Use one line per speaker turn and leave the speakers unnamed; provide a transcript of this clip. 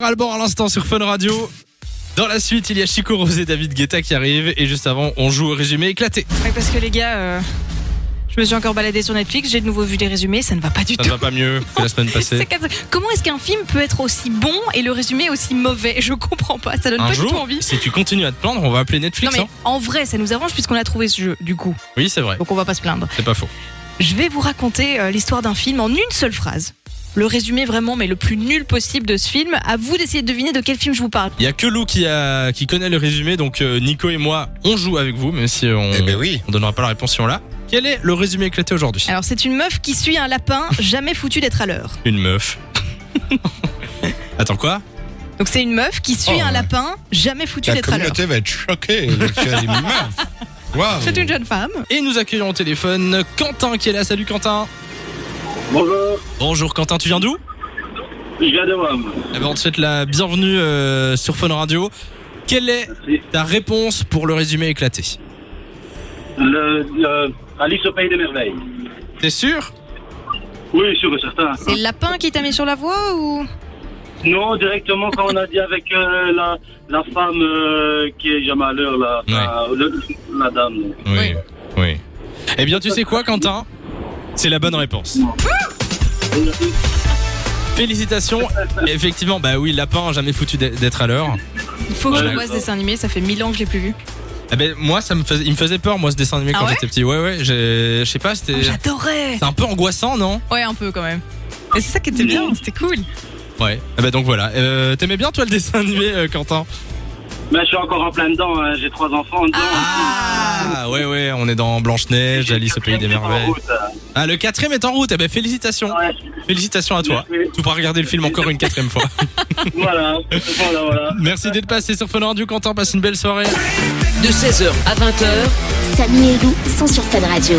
Albor à l'instant sur Fun Radio. Dans la suite, il y a Chico Rose et David Guetta qui arrivent. Et juste avant, on joue au résumé éclaté.
Ouais, parce que les gars, euh, je me suis encore baladée sur Netflix, j'ai de nouveau vu des résumés, ça ne va pas du
Ça ne
tout.
va pas mieux que la semaine
C'est
passée.
quatre- Comment est-ce qu'un film peut être aussi bon et le résumé aussi mauvais Je comprends pas, ça donne
Un
pas du tout
jour,
envie.
si tu continues à te plaindre, on va appeler
Non
Netflix.
mais
hein.
en vrai, ça nous arrange puisqu'on a trouvé ce jeu, du coup.
Oui, c'est vrai.
Donc on va pas se plaindre.
C'est pas faux.
Je vais vous raconter euh, l'histoire d'un film en une seule phrase. Le résumé vraiment, mais le plus nul possible de ce film. À vous d'essayer de deviner de quel film je vous parle.
Il y a que Lou qui, a, qui connaît le résumé. Donc euh, Nico et moi, on joue avec vous, même si on
Eh ben oui.
on donnera pas la réponse si on l'a. Quel est le résumé éclaté aujourd'hui
Alors c'est une meuf qui suit un lapin jamais foutu d'être à l'heure.
Une meuf. Attends quoi
Donc c'est une meuf qui suit
Oh,
un
ouais.
lapin jamais foutu
La
d'être à l'heure.
communauté va être choquée. Le chat est minable. Waouh.
C'est une jeune femme.
Et nous accueillons au téléphone Quentin qui est là. Salut Quentin.
Bonjour,
Bonjour Quentin, tu viens d'où
je viens de Rome.
Eh ben, on te souhaite la bienvenue euh, sur Fun Radio. Quelle est
C'est
ta réponse pour le résumé éclaté
le, le- Alice au Pays des Merveilles.
T'es sûr
Oui, sûr et certain.
C'est le lapin qui t'a mis sur la voie ou
Non, directement quand on a dit avec euh, la, la femme euh, qui est jamais à l'heure, la, la, le- la dame.
Oui.
oui. Eh bien, tu sais quoi, Quentin C'est la bonne réponse. Félicitations. Effectivement, bah oui, lapin, jamais foutu d'être- d'être à l'heure.
Il faut que je
Ouais,
revoie ce
d'accord.
dessin animé, ça fait mille ans que je l'ai plus vu.
Eh ben, moi, ça me faisait, il me faisait peur, moi, ce dessin animé
Ah
quand
ouais Ah,
j'étais petit. Ouais, ouais, j'ai- je sais pas, c'était.
J'adorais
C'est un peu angoissant, non
Ouais, un peu quand même. Et c'est ça qui était bien, c'était cool.
Ouais. Eh ben, donc voilà. Euh, T'aimais bien, toi, le dessin animé, euh, Quentin
Mais je suis encore en plein dedans, hein, j'ai trois enfants. dedans.
Ah ouais ouais, on est dans Blanche Neige, Alice au pays des merveilles. Ah le quatrième est en route. Eh ben félicitations,
hein. Ouais,
félicitations à toi.
Merci.
Tu pourras regarder le film encore une quatrième fois.
voilà, voilà, voilà.
Merci d'être passé sur Fun Radio, Quentin. Passe une belle soirée.
Samy et Lou sont sur Fun Radio.